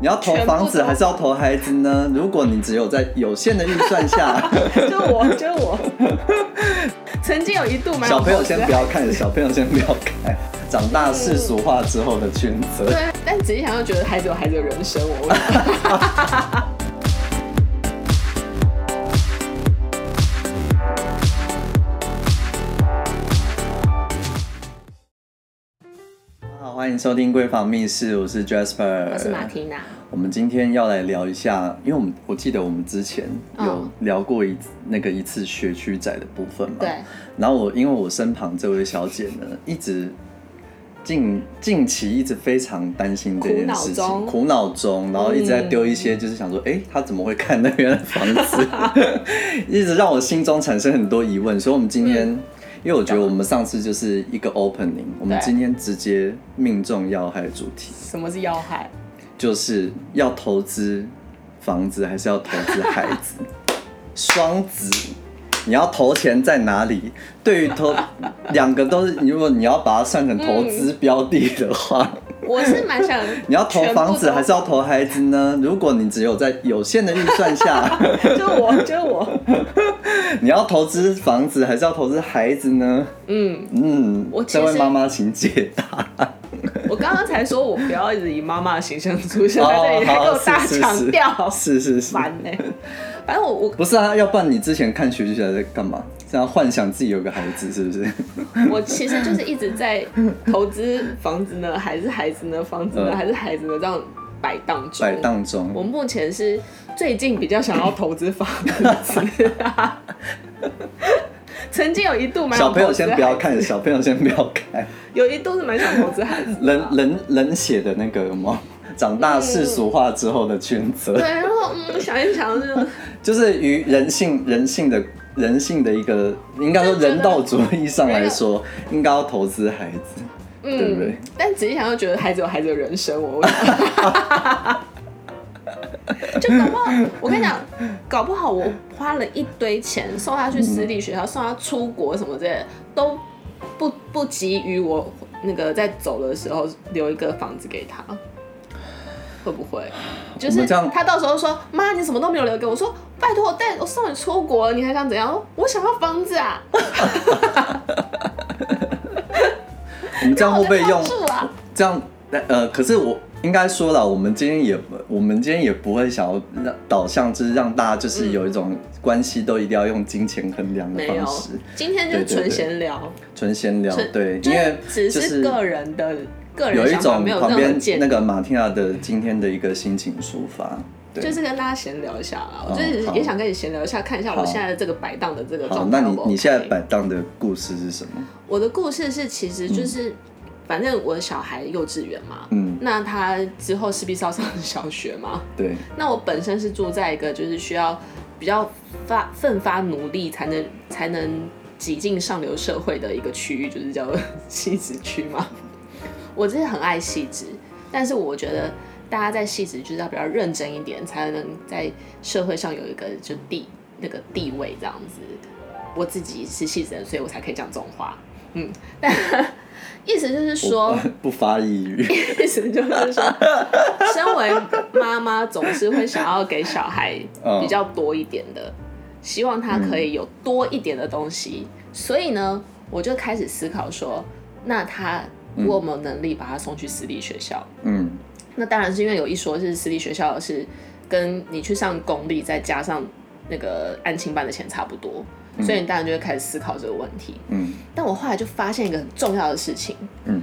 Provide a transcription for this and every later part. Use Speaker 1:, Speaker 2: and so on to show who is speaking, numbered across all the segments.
Speaker 1: 你要投房子还是要投孩子呢？如果你只有在有限的预算 下，
Speaker 2: 就是我，就是我。曾经有一度蛮有
Speaker 1: 小朋友先
Speaker 2: 投资
Speaker 1: 不要看，小朋友先不要看，长大世俗化之后的选择。
Speaker 2: 对，但仔细想又觉得孩子有孩子的人生，我
Speaker 1: 好，欢迎收听《闺房密室》，我是 Jasper，
Speaker 2: 我是马。缇娜，
Speaker 1: 我们今天要来聊一下，因为我们我记得我们之前有
Speaker 2: 嗯
Speaker 1: 聊过一、那个一次学区宅的部分嘛。
Speaker 2: 对。
Speaker 1: 然后我因为我身旁这位小姐呢，一直近近期一直非常担心这件事
Speaker 2: 苦恼
Speaker 1: 情，
Speaker 2: 中
Speaker 1: 苦恼中，然后一直在丢一些，就是想说，哎、她怎么会看那边的房 子？ 一直让我心中产生很多疑问，所以我们今天。
Speaker 2: 嗯
Speaker 1: 因为我觉得我们上次就是一个 opening，我们
Speaker 2: 对
Speaker 1: 今天直接命中要害的主题，
Speaker 2: 什么是要害？
Speaker 1: 就是要投资房子还是要投资孩子？ 双子，你要投钱在哪里？对于 投两个都是，如果你要把它算成投资标的的话，
Speaker 2: 我是蛮想
Speaker 1: 你要投房子还是
Speaker 2: 要？
Speaker 1: 要投孩子呢？如果你只有在有限的预算下，
Speaker 2: 就是我，就是我。
Speaker 1: 你要投资房子还是要投资孩子呢？
Speaker 2: 嗯，
Speaker 1: 嗯
Speaker 2: 我，其
Speaker 1: 这位
Speaker 2: 实
Speaker 1: 妈妈请解答。
Speaker 2: 我刚刚才说我不要一直以妈妈的形象出现，在这
Speaker 1: 哦，
Speaker 2: 里还给
Speaker 1: 好，
Speaker 2: 我大
Speaker 1: 是
Speaker 2: 强调，
Speaker 1: 是是是是，
Speaker 2: 烦呢。反正我我
Speaker 1: 不是啊，要不然你之前看学习起来在干嘛？这样幻想自己有个孩子，是不是？
Speaker 2: 我其实就是一直在投资房子呢，还是孩子呢，房子呢，
Speaker 1: 嗯
Speaker 2: 还是孩子呢，这样摆荡中。
Speaker 1: 摆荡中，
Speaker 2: 我目前是最近比较想要投资房子、 啊，曾经有一度蛮想
Speaker 1: 小朋友
Speaker 2: 投资
Speaker 1: 先不
Speaker 2: 孩
Speaker 1: 要
Speaker 2: 子，
Speaker 1: 看，小朋友先不要 看，
Speaker 2: 有一度是蛮想投资孩子的。
Speaker 1: 冷冷冷血的那个有吗？长大世
Speaker 2: 嗯
Speaker 1: 俗化之后的选择
Speaker 2: 对，，然后嗯，想一想就是
Speaker 1: 就是于人性人性的人性的一个，应该说人道主义上
Speaker 2: 啊
Speaker 1: 来说，应该要投资孩子。对不
Speaker 2: 嗯
Speaker 1: 对，
Speaker 2: 但仔细想又觉得孩子有孩子的人生，我 就搞不好，我跟你讲，搞不好我花了一堆钱送他去私立学校，送他出国什么之类的，都不不及于我那个在走的时候留一个房子给他，会不会？就
Speaker 1: 我
Speaker 2: 是
Speaker 1: 们这样
Speaker 2: 他到时候说妈，你什么都没有留给我，我说拜托，我带我送你出国，你还想怎样？我想要房子啊，
Speaker 1: 我们这样会不会
Speaker 2: 让
Speaker 1: 用
Speaker 2: 我在那住啊？
Speaker 1: 这样？呃，可是我应该说了，我们今天也我们今天也不会想要让导向，就是让大家就是有一种关系都一定要用金钱衡量的
Speaker 2: 嗯没有
Speaker 1: 方式，，
Speaker 2: 今天就
Speaker 1: 对
Speaker 2: 是
Speaker 1: 对
Speaker 2: 纯
Speaker 1: 对
Speaker 2: 闲聊。
Speaker 1: 纯闲聊
Speaker 2: 纯。
Speaker 1: 对，
Speaker 2: 就
Speaker 1: 因为
Speaker 2: 只
Speaker 1: 就是
Speaker 2: 个人的个
Speaker 1: 有
Speaker 2: 人
Speaker 1: 一
Speaker 2: 想法，
Speaker 1: 种
Speaker 2: 没有
Speaker 1: 旁
Speaker 2: 任何
Speaker 1: 边
Speaker 2: 建
Speaker 1: 那
Speaker 2: 议，
Speaker 1: 个马蒂亚的今天的一个心情抒发，对，
Speaker 2: 就是跟大家闲聊一下啦。我
Speaker 1: 哦
Speaker 2: 就是
Speaker 1: 好
Speaker 2: 也想跟你闲聊一下，看一下
Speaker 1: 好
Speaker 2: 我现在的这个摆荡的这个
Speaker 1: 好，
Speaker 2: 状态
Speaker 1: 那
Speaker 2: 好
Speaker 1: 你
Speaker 2: 不好
Speaker 1: 你现在摆荡的故事是什么？
Speaker 2: 我的故事是，其实就是反正我的小孩幼稚园嘛，
Speaker 1: 嗯，
Speaker 2: 那他之后势必是要上小学嘛。
Speaker 1: 对，
Speaker 2: 那我本身是住在一个就是需要比较发奋发努力才能才能挤进上流社会的一个区域，就是叫 戏子区嘛。我真的很爱戏子，但是我觉得大家在戏子就是要比较认真一点，才能在社会上有一个就地那个地位这样子。我自己是戏子人，所以我才可以讲这种话。嗯，但 意思就是说，
Speaker 1: 我不发 一 语，
Speaker 2: 意思就是说，身为妈妈，总是会想要给小孩比较多一点的，希望他可以有多一点的东西。所以呢，我就开始思考说，那他我有没有能力把他送去私立学校？
Speaker 1: 嗯，
Speaker 2: 那当然是因为有一说是私立学校是跟你去上公立再加上那个安亲班的钱差不多，所以你当然就会开始思考这个问题。
Speaker 1: 嗯，
Speaker 2: 但我后来就发现一个很重要的事情，
Speaker 1: 嗯，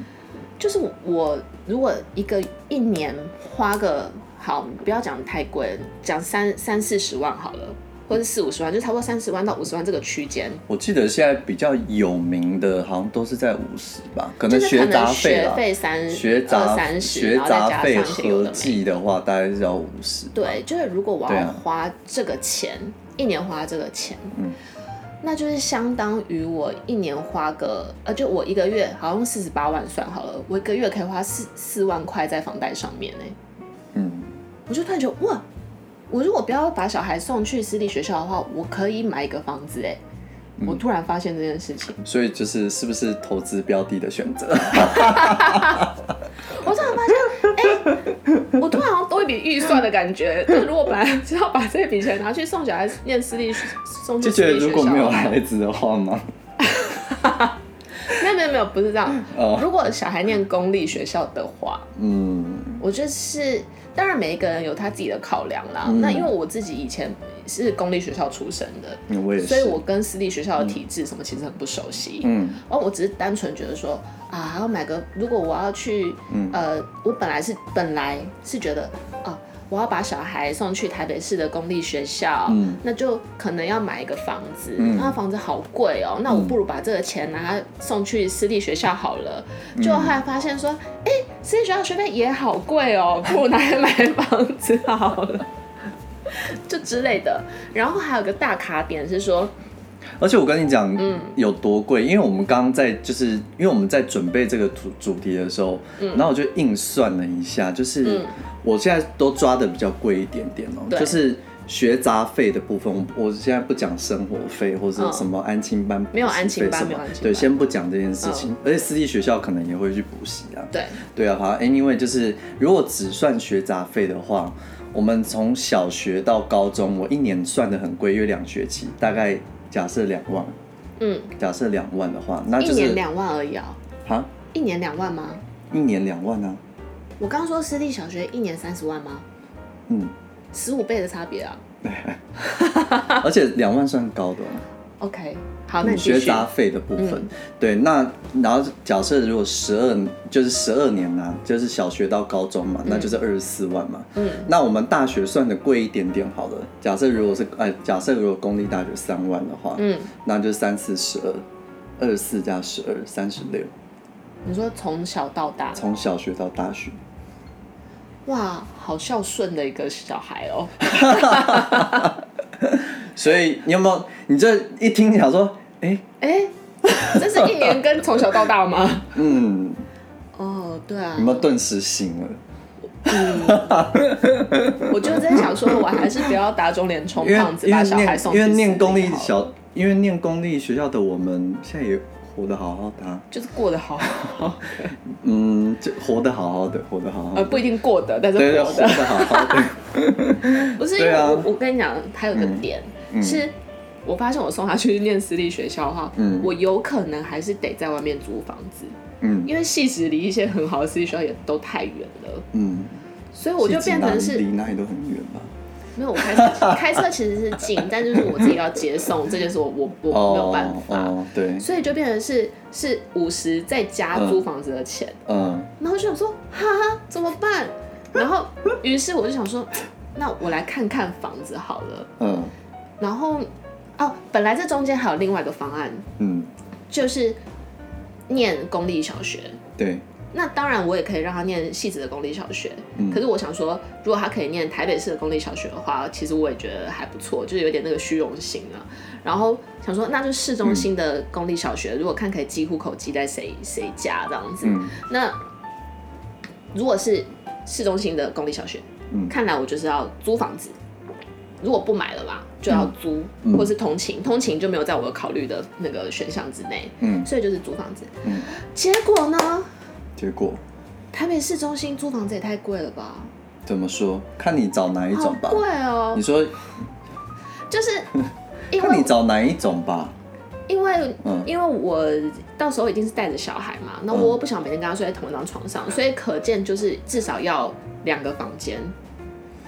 Speaker 2: 就是我如果一个一年花个好，不要讲太贵，讲三三四十万好了，或者四五十万，就差不多三十万到五十万这个区间，
Speaker 1: 我记得现在比较有名的，好像都是在五十吧，可
Speaker 2: 就
Speaker 1: 能
Speaker 2: 是可
Speaker 1: 学
Speaker 2: 能
Speaker 1: 杂费
Speaker 2: 学
Speaker 1: 啦，
Speaker 2: 费三
Speaker 1: 学
Speaker 2: 二
Speaker 1: 杂
Speaker 2: 三十，
Speaker 1: 学
Speaker 2: 然后再
Speaker 1: 杂
Speaker 2: 加
Speaker 1: 费
Speaker 2: 上一些有
Speaker 1: 合
Speaker 2: 的没的。
Speaker 1: 计的话，大概是要五十，
Speaker 2: 对，就是如果我
Speaker 1: 对
Speaker 2: 要
Speaker 1: 啊
Speaker 2: 花这个钱，一年花这个钱，
Speaker 1: 嗯
Speaker 2: 那就是相当于我一年花个，呃，就我一个月，好像四十八万算好了，我一个月可以花四四万块在房贷上面呢、
Speaker 1: 嗯，
Speaker 2: 我就突然觉得哇，我如果不要把小孩送去私立学校的话，我可以买一个房子哎、
Speaker 1: 嗯
Speaker 2: 我突然发现这件事情，
Speaker 1: 所以就是是不是投资标的的选择？
Speaker 2: 我突然发现，哎、我突然好像多一笔笔预算的感觉。就如果本来是要把这笔钱拿去送小孩念私立学，送去
Speaker 1: 就
Speaker 2: 私
Speaker 1: 觉得
Speaker 2: 立学
Speaker 1: 如
Speaker 2: 校，
Speaker 1: 果没有孩子的话嘛，
Speaker 2: 没有没有没有，不是这样。
Speaker 1: 哦
Speaker 2: 如果小孩念公立学校的话，
Speaker 1: 嗯
Speaker 2: 我觉得是，当然每一个人有他自己的考量啦。
Speaker 1: 嗯
Speaker 2: 那因为我自己以前是公立学校出身的，
Speaker 1: 嗯，我也是，
Speaker 2: 所以我跟私立学校的体制什么其实很不熟悉。
Speaker 1: 嗯
Speaker 2: 哦，我只是单纯觉得说啊，要买个，如果我要去，
Speaker 1: 嗯
Speaker 2: 呃，我本来是本来是觉得啊，我要把小孩送去台北市的公立学校，
Speaker 1: 嗯
Speaker 2: 那就可能要买一个房子，
Speaker 1: 嗯
Speaker 2: 那房子好贵哦，那我不如把这个钱拿它送去私立学校好了。
Speaker 1: 嗯
Speaker 2: 就后来发现说，哎、私立学校学费也好贵哦，不如拿来买房子好了，就之类的。然后还有个大卡点是说，
Speaker 1: 而且我跟你讲，
Speaker 2: 嗯
Speaker 1: 有多贵？因为我们刚刚在就是因为我们在准备这个主主题的时候，然后我就硬算了一下，就是
Speaker 2: 嗯
Speaker 1: 我现在都抓的比较贵一点点哦、
Speaker 2: 对
Speaker 1: 就是学杂费的部分，我我现在不讲生活费或者什么安亲班、补习
Speaker 2: 嗯没有安亲班
Speaker 1: 费什么
Speaker 2: 没有安亲班嗯
Speaker 1: 对，先不讲这件事情。而且私立学校可能也会去补习啊，
Speaker 2: 对，
Speaker 1: 对啊，好，anyway，就是如果只算学杂费的话，我们从小学到高中，我一年算的很贵，因为两学期，大概假设两万，
Speaker 2: 嗯，
Speaker 1: 假设两万的话，那
Speaker 2: 一
Speaker 1: 就
Speaker 2: 年
Speaker 1: 是
Speaker 2: 两万而已啊、
Speaker 1: 啊，
Speaker 2: 一年两万吗？
Speaker 1: 一年两万 啊，
Speaker 2: 我刚说私立小学一年三十万吗？
Speaker 1: 嗯，
Speaker 2: 十五倍的差别啊。
Speaker 1: 而且两万算高的、哦。
Speaker 2: OK，好，那你嗯继
Speaker 1: 学
Speaker 2: 续。
Speaker 1: 杂费的部分，对，那然后假设如果十二就是十二年呐、就是小学到高中嘛，那就是二十四万嘛。
Speaker 2: 嗯，
Speaker 1: 那我们大学算的贵一点点好了。假设如果是哎，假设如果公立大学三万的话，
Speaker 2: 嗯，
Speaker 1: 那就三四十二，二十四加十二，三十六。
Speaker 2: 你说从小到大，
Speaker 1: 从小学到大学，
Speaker 2: 哇，好孝顺的一个小孩 哦。
Speaker 1: 所以你有没有？你这一听你想说，哎、
Speaker 2: 哎，这是一年跟从小到大吗？
Speaker 1: 嗯，
Speaker 2: 哦，对啊
Speaker 1: 有，没有顿时醒了？
Speaker 2: 我就在想说，我还是不要打肿脸充
Speaker 1: 因为
Speaker 2: 胖子，
Speaker 1: 因
Speaker 2: 把
Speaker 1: 为
Speaker 2: 小孩
Speaker 1: 念
Speaker 2: 送去
Speaker 1: 因为
Speaker 2: 私
Speaker 1: 念公立
Speaker 2: 好了，
Speaker 1: 小，因为念公立学校的我们现在也活得好好的、啊，
Speaker 2: 就是过得好好，
Speaker 1: 嗯，就活得好好的，活得好好的，
Speaker 2: 呃，不一定过得，但是
Speaker 1: 嗯对对，
Speaker 2: 活
Speaker 1: 活
Speaker 2: 的。
Speaker 1: 得好好的，
Speaker 2: 不是因
Speaker 1: 对
Speaker 2: 为
Speaker 1: 啊
Speaker 2: 我，我跟你讲，还有个点、
Speaker 1: 嗯
Speaker 2: 是，我发现我送他去念私立学校的话，
Speaker 1: 嗯
Speaker 2: 我有可能还是得在外面租房子，
Speaker 1: 嗯
Speaker 2: 因为细致离一些很好的私立学校也都太远了，
Speaker 1: 嗯，
Speaker 2: 所以 我就
Speaker 1: 其实
Speaker 2: 变成
Speaker 1: 哪里
Speaker 2: 是
Speaker 1: 离哪里都很远吧，
Speaker 2: 没有我开车，开车其实是近，但就是我自己要接送这件事我，我我 没有办法，
Speaker 1: 哦，对，
Speaker 2: 所以就变成是是五十再加租房子的钱，
Speaker 1: 嗯
Speaker 2: 然后就想说，哈哈，怎么办？然后于是我就想说，那我来看看房子好了。
Speaker 1: 嗯
Speaker 2: 然后哦，本来这中间还有另外一个方案，
Speaker 1: 嗯，
Speaker 2: 就是念公立小学。
Speaker 1: 对，
Speaker 2: 那当然，我也可以让他念戏子的公立小学。
Speaker 1: 嗯
Speaker 2: 可是我想说，如果他可以念台北市的公立小学的话，其实我也觉得还不错，就是有点那个虚荣心啊。然后想说，那就市中心的公立小学，如果看可以寄户口寄在谁谁家这样子。
Speaker 1: 嗯
Speaker 2: 那如果是市中心的公立小学，
Speaker 1: 嗯
Speaker 2: 看来我就是要租房子。如果不买了啦，就要租，
Speaker 1: 嗯嗯
Speaker 2: 或是通勤，通勤就没有在我考虑的那个选项之内，
Speaker 1: 嗯
Speaker 2: 所以就是租房子。
Speaker 1: 嗯，
Speaker 2: 结果呢，
Speaker 1: 结果
Speaker 2: 台北市中心租房子也太贵了吧？
Speaker 1: 怎么说？看你找哪一
Speaker 2: 好
Speaker 1: 种吧，
Speaker 2: 贵哦
Speaker 1: 你、说
Speaker 2: 就是 因
Speaker 1: 看你
Speaker 2: 为
Speaker 1: 找哪一种吧，
Speaker 2: 因为、
Speaker 1: 嗯
Speaker 2: 因为我到时候一定是带着小孩嘛，那我又不想每天跟他睡在同一张床上，所以可见就是至少要两个房间，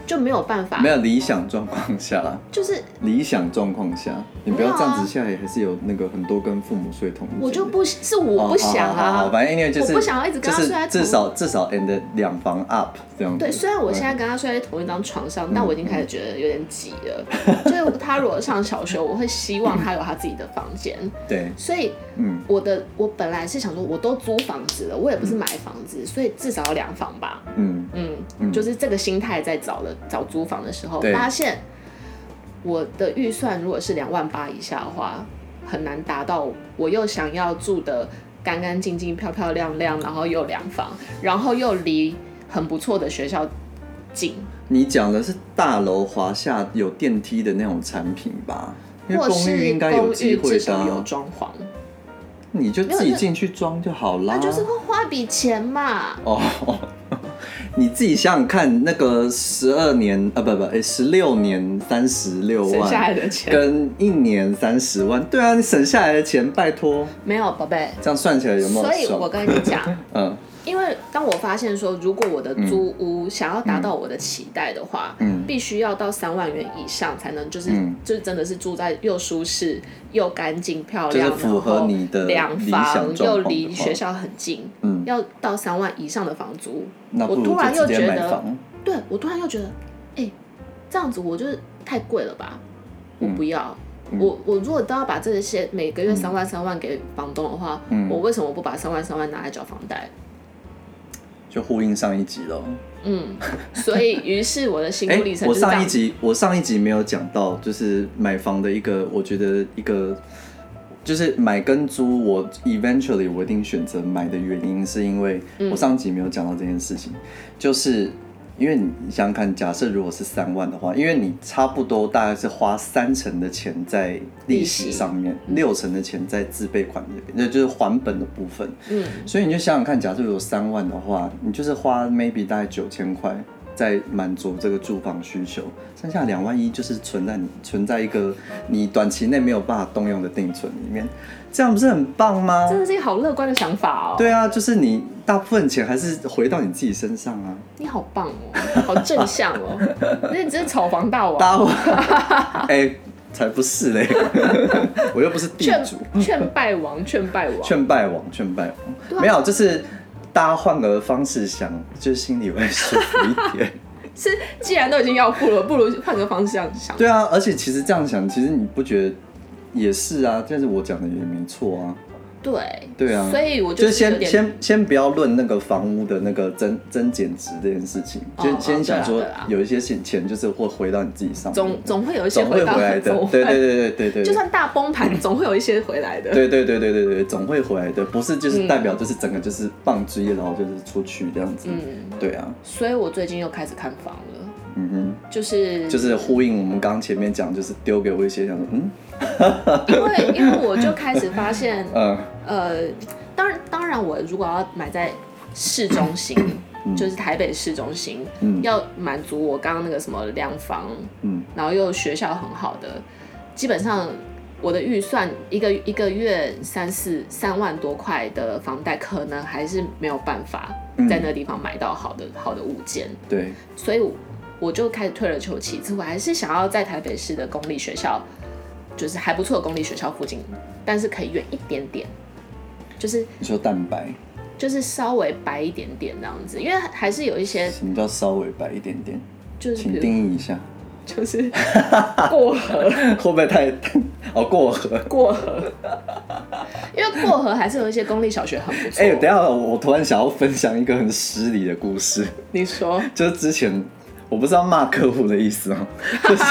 Speaker 2: 就没有办法
Speaker 1: 没，有理想状况下啦。
Speaker 2: 就是
Speaker 1: 理想状况下，你不要这样子下来，还是有那个很多跟父母睡同一间的
Speaker 2: 我就不是我不想
Speaker 1: 哦好好
Speaker 2: 啊。
Speaker 1: 好反正因为就是
Speaker 2: 我不想要一直跟他睡在同
Speaker 1: 就是至少至少 and 两房 up 这样子。
Speaker 2: 对，虽然我现
Speaker 1: 嗯
Speaker 2: 在跟他睡在同一张床上，但我已经开始觉得有点挤了。就是他如果上小学，我会希望他有他自己的房间。
Speaker 1: 对，
Speaker 2: 所以
Speaker 1: 嗯
Speaker 2: 我的我本来是想说，我都租房子了，我也不是买房子，所以至少要两房吧。
Speaker 1: 嗯
Speaker 2: 嗯，
Speaker 1: 嗯
Speaker 2: 就是这个心态在找的找租房的时候，
Speaker 1: 对
Speaker 2: 发现我的预算如果是两万八以下的话，很难达到。我又想要住的干干净净、漂漂亮亮，然后又两房，然后又离很不错的学校近，
Speaker 1: 你讲的是大楼华夏有电梯的那种产品吧？因为
Speaker 2: 或
Speaker 1: 公寓
Speaker 2: 是
Speaker 1: 应该
Speaker 2: 公
Speaker 1: 有机
Speaker 2: 寓
Speaker 1: 会的
Speaker 2: 至少有
Speaker 1: 啊、
Speaker 2: 装潢，啊
Speaker 1: 你就自己进去装就好啦。
Speaker 2: 那就是会花笔钱嘛。
Speaker 1: 哦， 你自己想想看，那个十二年啊，不不，哎，十六年三十六
Speaker 2: 省下来
Speaker 1: 万，
Speaker 2: 的钱
Speaker 1: 跟一年三十万，对啊，你省下来的钱，拜托，
Speaker 2: 没有，宝贝。
Speaker 1: 这样算起来有没有
Speaker 2: 所以
Speaker 1: 爽
Speaker 2: 我跟你讲，
Speaker 1: 嗯
Speaker 2: 因为当我发现说，如果我的租屋想要达到我的期待的话，
Speaker 1: 嗯
Speaker 2: 必须要到三万元以上才能，就是、
Speaker 1: 嗯
Speaker 2: 就是真的是住在又舒适又干净漂
Speaker 1: 就
Speaker 2: 亮，
Speaker 1: 是符合
Speaker 2: 然后
Speaker 1: 你的
Speaker 2: 两
Speaker 1: 理想
Speaker 2: 房
Speaker 1: 状
Speaker 2: 又
Speaker 1: 况的
Speaker 2: 离
Speaker 1: 话
Speaker 2: 学校很近，
Speaker 1: 嗯，
Speaker 2: 要到三万以上的房租，
Speaker 1: 那不
Speaker 2: 我
Speaker 1: 如
Speaker 2: 突然
Speaker 1: 就
Speaker 2: 又
Speaker 1: 直接
Speaker 2: 觉
Speaker 1: 买
Speaker 2: 得
Speaker 1: 房，
Speaker 2: 对我突然又觉得，哎、这样子我就是太贵了吧，
Speaker 1: 嗯
Speaker 2: 我不要。我我如果都要把这些每个月三万三万给房东的话，
Speaker 1: 嗯
Speaker 2: 我为什么不把三万三万拿来缴房贷？
Speaker 1: 就呼应上一集喽。
Speaker 2: 嗯，所以于是我的心
Speaker 1: 哎
Speaker 2: 路历，程
Speaker 1: 我
Speaker 2: 就是这
Speaker 1: 上一
Speaker 2: 样。
Speaker 1: 集我上一集没有讲到，就是买房的一个，我觉得一个就是买跟租，我 eventually 我一定选择买的原因，是因为
Speaker 2: 嗯
Speaker 1: 我上集没有讲到这件事情，就是因为你想想看，假设如果是三万的话，因为你差不多大概是花三成的钱在利息
Speaker 2: 利息
Speaker 1: 上面，六成的钱在自备款这边，那就是还本的部分。
Speaker 2: 嗯，
Speaker 1: 所以你就想想看，假设有三万的话，你就是花 maybe 大概九千块在满足这个住房需求，剩下两万一就是存在你存在一个你短期内没有办法动用的定存里面，这样不是很棒吗？
Speaker 2: 真的是一个好乐观的想法哦。，
Speaker 1: 对啊，就是你大部分钱还是回到你自己身上啊。
Speaker 2: 你好棒哦，好正向 哦，那你真是炒房大王。
Speaker 1: 大啊我，哎、才不是嘞， 我又不是地
Speaker 2: 劝
Speaker 1: 主。
Speaker 2: 劝败王，劝败王，
Speaker 1: 劝败王，劝败
Speaker 2: 对
Speaker 1: 王，
Speaker 2: 啊
Speaker 1: 没有，就是大家换个方式想，就是心里会舒服一点。
Speaker 2: 是既然都已经要付了，不如换个方向想。
Speaker 1: 对啊，而且其实这样想，其实你不觉得也是啊？但是我讲的也没错啊，
Speaker 2: 对
Speaker 1: 对啊。
Speaker 2: 所以我
Speaker 1: 就是
Speaker 2: 有
Speaker 1: 先
Speaker 2: 点
Speaker 1: 先先不要论那个房屋的那个增增减值这件事情，
Speaker 2: 哦
Speaker 1: 就先想
Speaker 2: 哦
Speaker 1: 说
Speaker 2: 对啊对啊
Speaker 1: 有一些钱钱就是会回到你自己上面，
Speaker 2: 总总会有一些
Speaker 1: 总会
Speaker 2: 到
Speaker 1: 回来的
Speaker 2: 总。会
Speaker 1: 对对对对对对，
Speaker 2: 就算大 崩盘，总会有一些回来的。
Speaker 1: 对对对对对对，总会回来的，不是就是
Speaker 2: 嗯
Speaker 1: 代表就是整个就是棒追，然后就是出去这样子。
Speaker 2: 嗯，
Speaker 1: 对啊，
Speaker 2: 所以我最近又开始看房了，
Speaker 1: 嗯哼。
Speaker 2: 就是
Speaker 1: 就是呼应我们刚前面讲，就是丢给我一些想说，嗯
Speaker 2: 因为因为我就开始发现，
Speaker 1: 呃，
Speaker 2: 呃，当然当然，我如果要买在市中心，就是台北市中心，
Speaker 1: 嗯
Speaker 2: 要满足我刚刚那个什么两房，
Speaker 1: 嗯
Speaker 2: 然后又学校很好的，基本上我的预算一个一个月三四三万多块的房贷，可能还是没有办法
Speaker 1: 嗯
Speaker 2: 在那个地方买到好的好的物件，
Speaker 1: 对，
Speaker 2: 所以我就开始退而求其次，我还是想要在台北市的公立学校，就是还不错的公立学校附近，但是可以远一点点，就是
Speaker 1: 你说蛋白，
Speaker 2: 就是稍微白一点点这样子，因为还是有一些
Speaker 1: 什么叫稍微白一点点？
Speaker 2: 就是比
Speaker 1: 请
Speaker 2: 如
Speaker 1: 定义一下，
Speaker 2: 就是 过河
Speaker 1: 会不会太哦过河？
Speaker 2: 过河，因为过河还是有一些公立小学很不错。
Speaker 1: 哎、等一下我我突然想要分享一个很失礼的故事，
Speaker 2: 你说
Speaker 1: 就是之前我不知道骂客户的意思哦，就是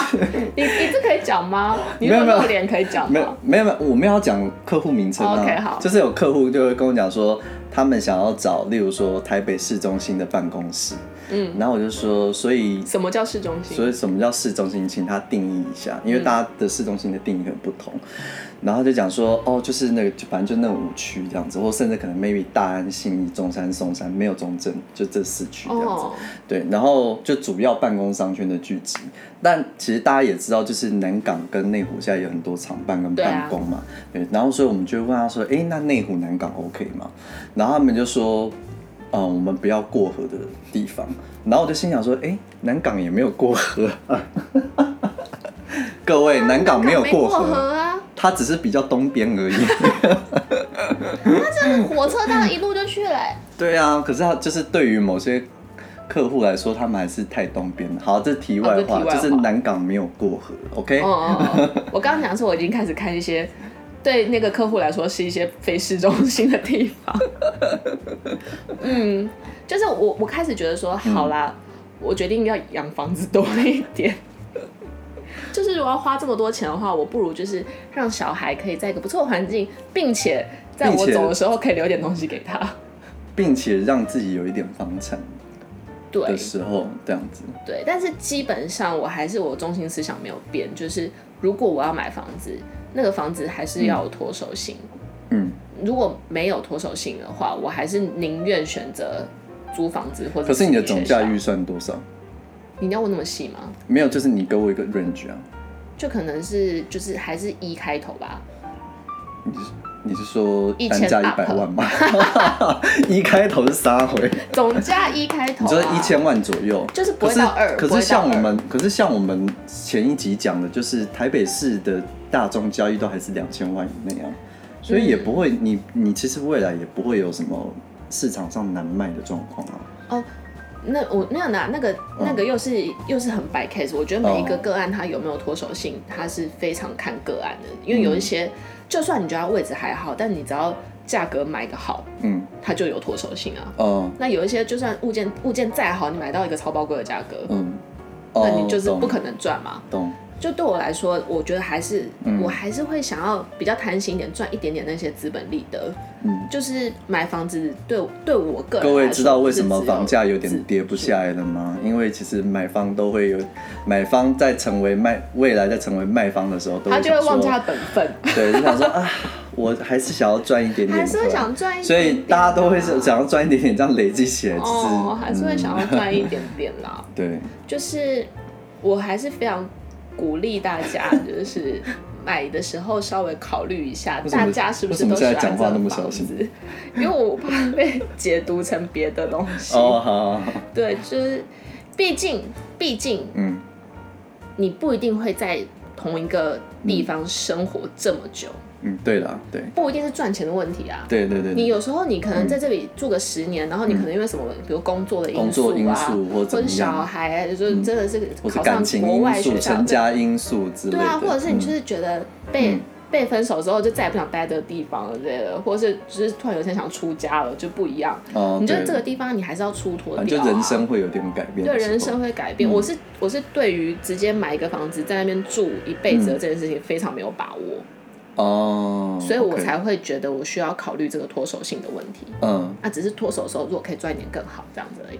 Speaker 2: 你你这可以讲吗？你
Speaker 1: 没
Speaker 2: 如
Speaker 1: 有
Speaker 2: 果
Speaker 1: 没有
Speaker 2: 露脸可以讲
Speaker 1: 没
Speaker 2: 吗
Speaker 1: 有？没有没有，我们要讲客户名称啊。
Speaker 2: OK，好
Speaker 1: 就是有客户就会跟我讲说，他们想要找，例如说台北市中心的办公室，
Speaker 2: 嗯，
Speaker 1: 然后我就说，所以
Speaker 2: 什么叫市中心？嗯
Speaker 1: 所以什么叫市中心，请他定义一下，因为大家的市中心的定义很不同。然后就讲说，哦，就是那个，就反正就那五区这样子，或甚至可能 maybe 大安、信义、中山、松山没有中正，就这四区这样子。
Speaker 2: 哦，
Speaker 1: 对，然后就主要办公商圈的聚集。但其实大家也知道，就是南港跟内湖现在有很多厂办跟
Speaker 2: 对啊
Speaker 1: 办公嘛，对,、然后所以我们就问他说：“哎，那内湖南港 OK 吗？”然后他们就说：“嗯、我们不要过河的地方。”然后我就心想说：“哎，南港也没有过河。”各位，南港没有
Speaker 2: 没过
Speaker 1: 过河，
Speaker 2: 河啊，
Speaker 1: 它只是比较东边而已。
Speaker 2: 火车站一路就去了欸、
Speaker 1: 对啊，可是他就是对于某些客户来说，他们还是太东边了。好，这题外
Speaker 2: 哦这
Speaker 1: 话，
Speaker 2: 题外话
Speaker 1: 就是南港没有过河，OK？、
Speaker 2: 哦哦， 哦我刚刚讲的是我已经开始看一些对那个客户来说是一些非市中心的地 方。嗯，就是我我开始觉得说，好啦，
Speaker 1: 嗯
Speaker 2: 我决定要养房子多了一点。 就是如果要花这么多钱的话，我不如就是让小孩可以在一个不错的环境，并且在
Speaker 1: 并
Speaker 2: 我
Speaker 1: 且
Speaker 2: 走的时候可以留点东西给他。
Speaker 1: 并且让自己有一点房产
Speaker 2: 对
Speaker 1: 的时候，这样子，
Speaker 2: 对，但是基本上我还是我中心思想没有变，就是如果我要买房子，那个房子还是要有脱手性。
Speaker 1: 嗯
Speaker 2: 如果没有脱手性的话，我还是宁愿选择租房子或者
Speaker 1: 可是你的总价
Speaker 2: 学校
Speaker 1: 预，算多少？
Speaker 2: 你要问那么细吗？
Speaker 1: 没有，就是你给我一个 range 啊。
Speaker 2: 就可能是就是还是一开头吧，
Speaker 1: 你是说
Speaker 2: 1000
Speaker 1: 单价一
Speaker 2: up
Speaker 1: 百万吗？ 一开头是杀回，
Speaker 2: 总价一开
Speaker 1: 你
Speaker 2: 头、啊，
Speaker 1: 说一千万左右，
Speaker 2: 就是不会到二
Speaker 1: 可是
Speaker 2: 不
Speaker 1: 可
Speaker 2: 会
Speaker 1: 是
Speaker 2: 到
Speaker 1: 像我
Speaker 2: 二
Speaker 1: 们，可是像我们前一集讲的，就是台北市的大众交易都还是两千万以内啊，所以也不会，你你其实未来也不会有什么市场上难卖的状况啊。
Speaker 2: 那我那样拿那个
Speaker 1: 嗯
Speaker 2: 那个又是、又是很白 case，我觉得每一
Speaker 1: 哦
Speaker 2: 个个案它有没有脱手性，它是非常看个案的，因为
Speaker 1: 嗯
Speaker 2: 有一些、就算你觉得它位置还好，但你只要价格买个好，
Speaker 1: 嗯，
Speaker 2: 它就有脱手性啊。
Speaker 1: 哦、
Speaker 2: 那有一些就算物件物件再好，你买到一个超包贵的价格，
Speaker 1: 嗯，
Speaker 2: 那
Speaker 1: 哦
Speaker 2: 你就是不可
Speaker 1: 懂
Speaker 2: 能赚嘛。
Speaker 1: 懂，
Speaker 2: 就对我来说，我觉得还是、
Speaker 1: 嗯
Speaker 2: 我还是会想要比较贪心一点，赚一点点那些资本利得。
Speaker 1: 嗯，
Speaker 2: 就是买房子对对我个人来说，
Speaker 1: 各位知道为什么
Speaker 2: 是只
Speaker 1: 房价有
Speaker 2: 自
Speaker 1: 点跌不下来了吗？因为其实买方都会有，买方在成为卖未来在成为卖方的时候，都
Speaker 2: 他就会
Speaker 1: 想
Speaker 2: 忘记
Speaker 1: 说
Speaker 2: 他本分，
Speaker 1: 对，就想说啊，我还是想要赚一点点，
Speaker 2: 还是会想赚一点点啊
Speaker 1: 所以大家都会想想要赚一点点，这样累积起来，就是、
Speaker 2: 哦，还是会想要
Speaker 1: 嗯、
Speaker 2: 赚一点点啦。
Speaker 1: 对，
Speaker 2: 就是我还是非常鼓励大家，就是买的时候稍微考虑一下，
Speaker 1: 什么
Speaker 2: 大家是不是
Speaker 1: 为什么
Speaker 2: 都喜
Speaker 1: 现在
Speaker 2: 欢
Speaker 1: 讲话那么
Speaker 2: 这种
Speaker 1: 小心
Speaker 2: 房子？因为我怕被解读成别的东 西。
Speaker 1: 哦，好好，好
Speaker 2: 对，就是毕竟毕竟
Speaker 1: 嗯，
Speaker 2: 你不一定会在同一个地方生活这么久，
Speaker 1: 嗯，对啦，对，
Speaker 2: 不一定是赚钱的问题啊。
Speaker 1: 对对对
Speaker 2: 你
Speaker 1: 对，嗯
Speaker 2: 有时候你可能在这里住个十年，然后你可能因为什么，比如工作的因素啊，
Speaker 1: 工作因素或
Speaker 2: 或
Speaker 1: 怎么样嗯
Speaker 2: 者小孩，就是真的是
Speaker 1: 或是
Speaker 2: 考
Speaker 1: 感
Speaker 2: 上
Speaker 1: 情
Speaker 2: 国
Speaker 1: 因
Speaker 2: 外
Speaker 1: 素、
Speaker 2: 学校
Speaker 1: 成，家因素之类
Speaker 2: 对
Speaker 1: 的，
Speaker 2: 啊，或者是你就是觉得被、
Speaker 1: 嗯
Speaker 2: 被分手之后就再也不想待这个地方了之类的，或者是就是突然有一天想出家了，就不一样。
Speaker 1: 嗯哦，
Speaker 2: 你觉得
Speaker 1: 对
Speaker 2: 这个地方你还是要出脱掉、啊，
Speaker 1: 反正就人生嗯会有点改变的
Speaker 2: 对
Speaker 1: 时候，
Speaker 2: 人生会改变。我是我是对于直接买一个房子在那边住一辈子的这件事情非常没有把握，
Speaker 1: 哦，
Speaker 2: 所以我
Speaker 1: OK
Speaker 2: 才会觉得我需要考虑这个脱手性的问题。
Speaker 1: 嗯
Speaker 2: 那、只是脱手的时候，如果可以赚一点更好，这样子而已，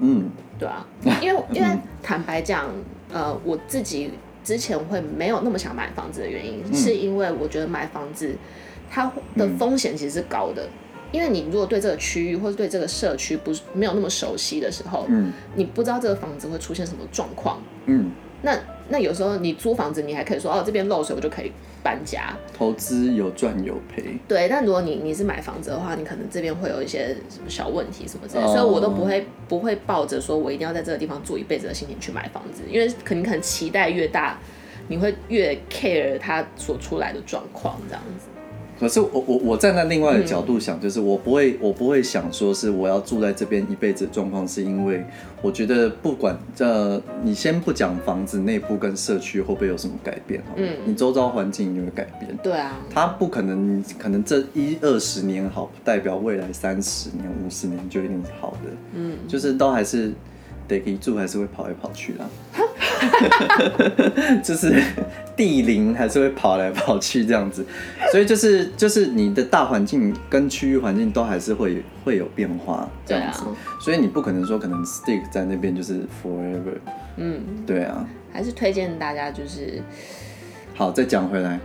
Speaker 1: 嗯
Speaker 2: 对啊。因为因为坦白讲，呃，我自己之前会没有那么想买房子的原因，是因为我觉得买房子它的风险其实是高的。因为你如果对这个区域或者对这个社区不是没有那么熟悉的时候，
Speaker 1: 嗯
Speaker 2: 你不知道这个房子会出现什么状况，
Speaker 1: 嗯，
Speaker 2: 那那有时候你租房子，你还可以说哦，这边漏水我就可以搬家。
Speaker 1: 投资有赚有赔，
Speaker 2: 对，但如果你你是买房子的话，你可能这边会有一些什么小问题什么之类的
Speaker 1: 哦
Speaker 2: 所以我都不会不会抱着说我一定要在这个地方住一辈子的心情去买房子，因为可能可能期待越大，你会越 care 它所出来的状况这样子。
Speaker 1: 可是我我我站在另外的角度想，就是我不会我不会想说是我要住在这边一辈子的状况，是因为我觉得不管这你先不讲房子内部跟社区会不会有什么改变，嗯，你周遭环境一定会改变。
Speaker 2: 对啊，
Speaker 1: 它不可能，可能这一二十年好，不代表未来三十年、五十年就一定是好的。嗯，就是都还是得一住，还是会跑来跑去啦。 就是地灵还是会跑来跑去这样子，所以就是就是你的大环境跟区域环境都还是会会有变化这
Speaker 2: 对
Speaker 1: 样子，
Speaker 2: 啊，
Speaker 1: 所以你不可能说可能 stick 在那边就是 forever。
Speaker 2: 嗯，
Speaker 1: 对啊，
Speaker 2: 还是推荐大家就是
Speaker 1: 好，再讲回来，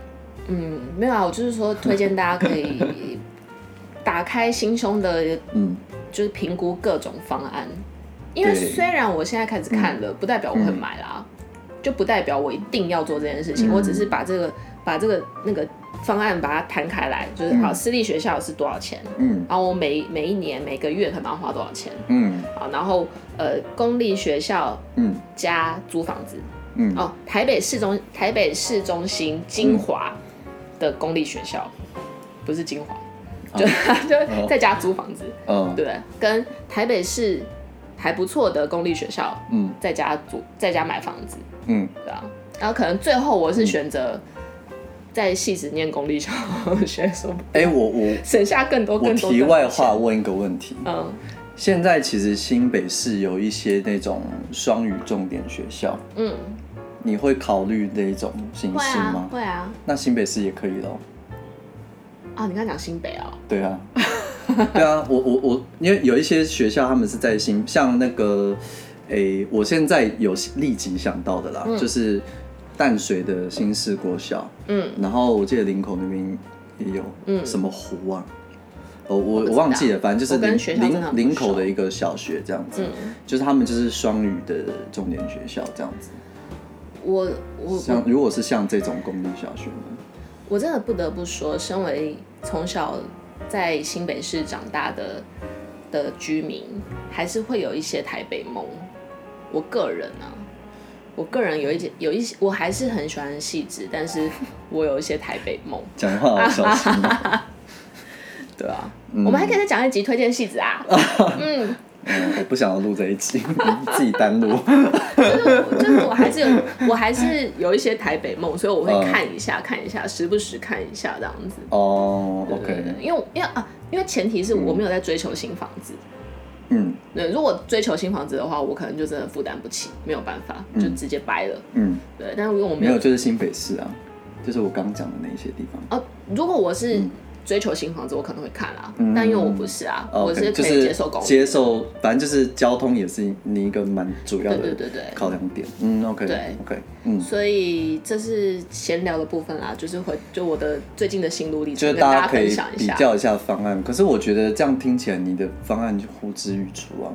Speaker 2: 嗯，没有啊，我就是说推荐大家可以 打开心胸的
Speaker 1: 嗯
Speaker 2: 就是评估各种方案，因为
Speaker 1: 对嗯
Speaker 2: 虽然我现在开始看了，不代表我会买啦，就不代表我一定要做这件事情，
Speaker 1: 嗯
Speaker 2: 我只是把这个把这个那个方案把它摊开来，就是好，私立学校是多少钱，
Speaker 1: 嗯
Speaker 2: 然后我每每一年每个月可能要花多少钱，
Speaker 1: 嗯
Speaker 2: 好，然后呃，公立学校
Speaker 1: 嗯
Speaker 2: 加租房子，
Speaker 1: 嗯
Speaker 2: 哦，台北市中台北市中心精华的公立学校，不是精华，
Speaker 1: 哦
Speaker 2: 就、 就在家租房子，
Speaker 1: 嗯
Speaker 2: 对，跟台北市还不错的公立学校，
Speaker 1: 嗯
Speaker 2: 在家租在家买房子，
Speaker 1: 嗯，
Speaker 2: 对啊，然后可能最后我是选择在戏子念公立小学，说
Speaker 1: 哎、我我
Speaker 2: 省下更多
Speaker 1: 我
Speaker 2: 更多。
Speaker 1: 题外话，问一个问题，
Speaker 2: 嗯
Speaker 1: 现在其实新北市有一些那种双语重点学校，
Speaker 2: 嗯，
Speaker 1: 你会考虑那种形
Speaker 2: 会
Speaker 1: 式
Speaker 2: 啊
Speaker 1: 吗？
Speaker 2: 会啊，
Speaker 1: 那新北市也可以咯。
Speaker 2: 啊，你刚讲新北哦，
Speaker 1: 对啊， 对啊，我我我，因为有一些学校他们是在新，像那个，诶、我现在有立即想到的啦，就是淡水的新市国小，
Speaker 2: 嗯
Speaker 1: 然后我记得林口那边也有，
Speaker 2: 嗯
Speaker 1: 什么湖啊，哦，我
Speaker 2: 不知
Speaker 1: 我
Speaker 2: 道
Speaker 1: 忘记了，反正就是
Speaker 2: 我跟
Speaker 1: 林
Speaker 2: 学校真的很
Speaker 1: 林
Speaker 2: 不
Speaker 1: 林口
Speaker 2: 熟
Speaker 1: 的一个小学这样子，
Speaker 2: 嗯
Speaker 1: 就是他们就是双语的重点学校这样子。
Speaker 2: 我我
Speaker 1: 像
Speaker 2: 我
Speaker 1: 如果是像这种公立小学呢，
Speaker 2: 我真的不得不说，身为从小在新北市长大的的居民，还是会有一些台北梦。我个人啊，我个人有一些有一些，我还是很喜欢细致，但是我有一些台北梦。
Speaker 1: 讲话好小心 哦、
Speaker 2: 对啊，我们还可以再讲一集推荐戏子啊。嗯，
Speaker 1: 嗯，我不想要录这一集， 自己单录。
Speaker 2: 就是我就是我还是有我还是有一些台北梦，所以我会看一下看一下，时不时看一下这样子。
Speaker 1: 哦、o
Speaker 2: 对对
Speaker 1: k
Speaker 2: 对因为因为啊，因为前提是我没有在追求新房子。
Speaker 1: 嗯
Speaker 2: 对，如果追求新房子的话，我可能就真的负担不起，没有办法，就直接掰了。
Speaker 1: 嗯，
Speaker 2: 对，但是因为我没
Speaker 1: 没
Speaker 2: 有
Speaker 1: 有，就是新北市啊，就是我刚讲的那些地方。
Speaker 2: 啊，如果我是
Speaker 1: 嗯
Speaker 2: 追求新房子，我可能会看啦。但因为我不是啊，我
Speaker 1: 哦 OK，
Speaker 2: 是
Speaker 1: 就
Speaker 2: 可
Speaker 1: 是
Speaker 2: 以接受公寓。
Speaker 1: 接受，反正就是交通也是你一个蛮主要
Speaker 2: 对
Speaker 1: 的
Speaker 2: 对对对
Speaker 1: 考量点。嗯，OK，
Speaker 2: 对
Speaker 1: OK，嗯，
Speaker 2: 所以这是闲聊的部分啦，就是回就我的最近的心路历
Speaker 1: 就
Speaker 2: 程，
Speaker 1: 是
Speaker 2: 跟
Speaker 1: 大
Speaker 2: 大
Speaker 1: 家可
Speaker 2: 分
Speaker 1: 以
Speaker 2: 享一
Speaker 1: 比
Speaker 2: 下。
Speaker 1: 较一下方案。可是我觉得这样听起来，你的方案就呼之欲出啊，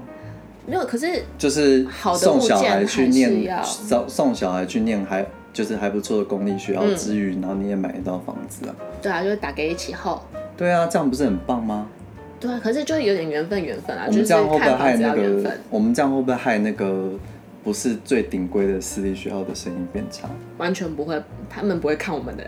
Speaker 2: 没有，可是
Speaker 1: 就是
Speaker 2: 好的
Speaker 1: 送小孩去念
Speaker 2: 物件还，是
Speaker 1: 送送小孩去念还就是还不错的公立学校
Speaker 2: 嗯
Speaker 1: 之余，然后你也买得到房子啊。
Speaker 2: 对啊，就是打给一起后，
Speaker 1: 对啊，这样不是很棒吗？
Speaker 2: 对啊，可是就有点缘分，缘分啊，
Speaker 1: 我
Speaker 2: 就
Speaker 1: 们
Speaker 2: 是
Speaker 1: 这样会不会
Speaker 2: 看
Speaker 1: 害
Speaker 2: 房子
Speaker 1: 那
Speaker 2: 要缘
Speaker 1: 个
Speaker 2: 分，？
Speaker 1: 我们这样会不会害那个不是最顶规的私立学校的生意变差？
Speaker 2: 完全不会，他们不会看我们的，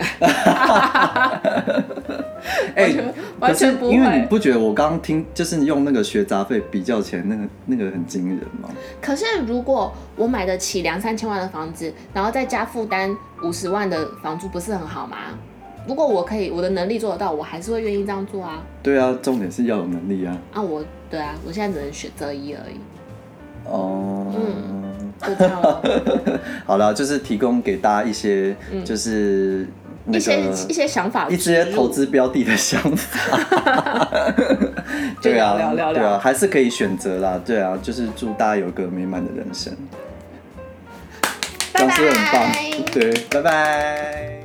Speaker 1: 哎、
Speaker 2: 完全
Speaker 1: 可
Speaker 2: 不
Speaker 1: 是因为你
Speaker 2: 会。
Speaker 1: 不觉得我刚刚听就是用那个学杂费比较起来，那个那个很惊人吗？
Speaker 2: 可是如果我买得起两三千万的房子，然后再加负担五十万的房租，不是很好吗？如果我可以，我的能力做得到，我还是会愿意这样做啊。
Speaker 1: 对啊，重点是要有能力啊。
Speaker 2: 啊，我对啊，我现在只能选择一而已，
Speaker 1: 哦、
Speaker 2: 就这 样咯。
Speaker 1: 好了，就是提供给大家一些就是那
Speaker 2: 一些
Speaker 1: 个
Speaker 2: 一些想法植入，
Speaker 1: 一些投资标的的想法。 对啊
Speaker 2: 就聊聊聊，
Speaker 1: 对啊，
Speaker 2: 聊
Speaker 1: 还是可以选择啦。对啊，就是祝大家有个美满的人生。
Speaker 2: 拜
Speaker 1: 老师很
Speaker 2: 拜
Speaker 1: 棒，对，拜拜。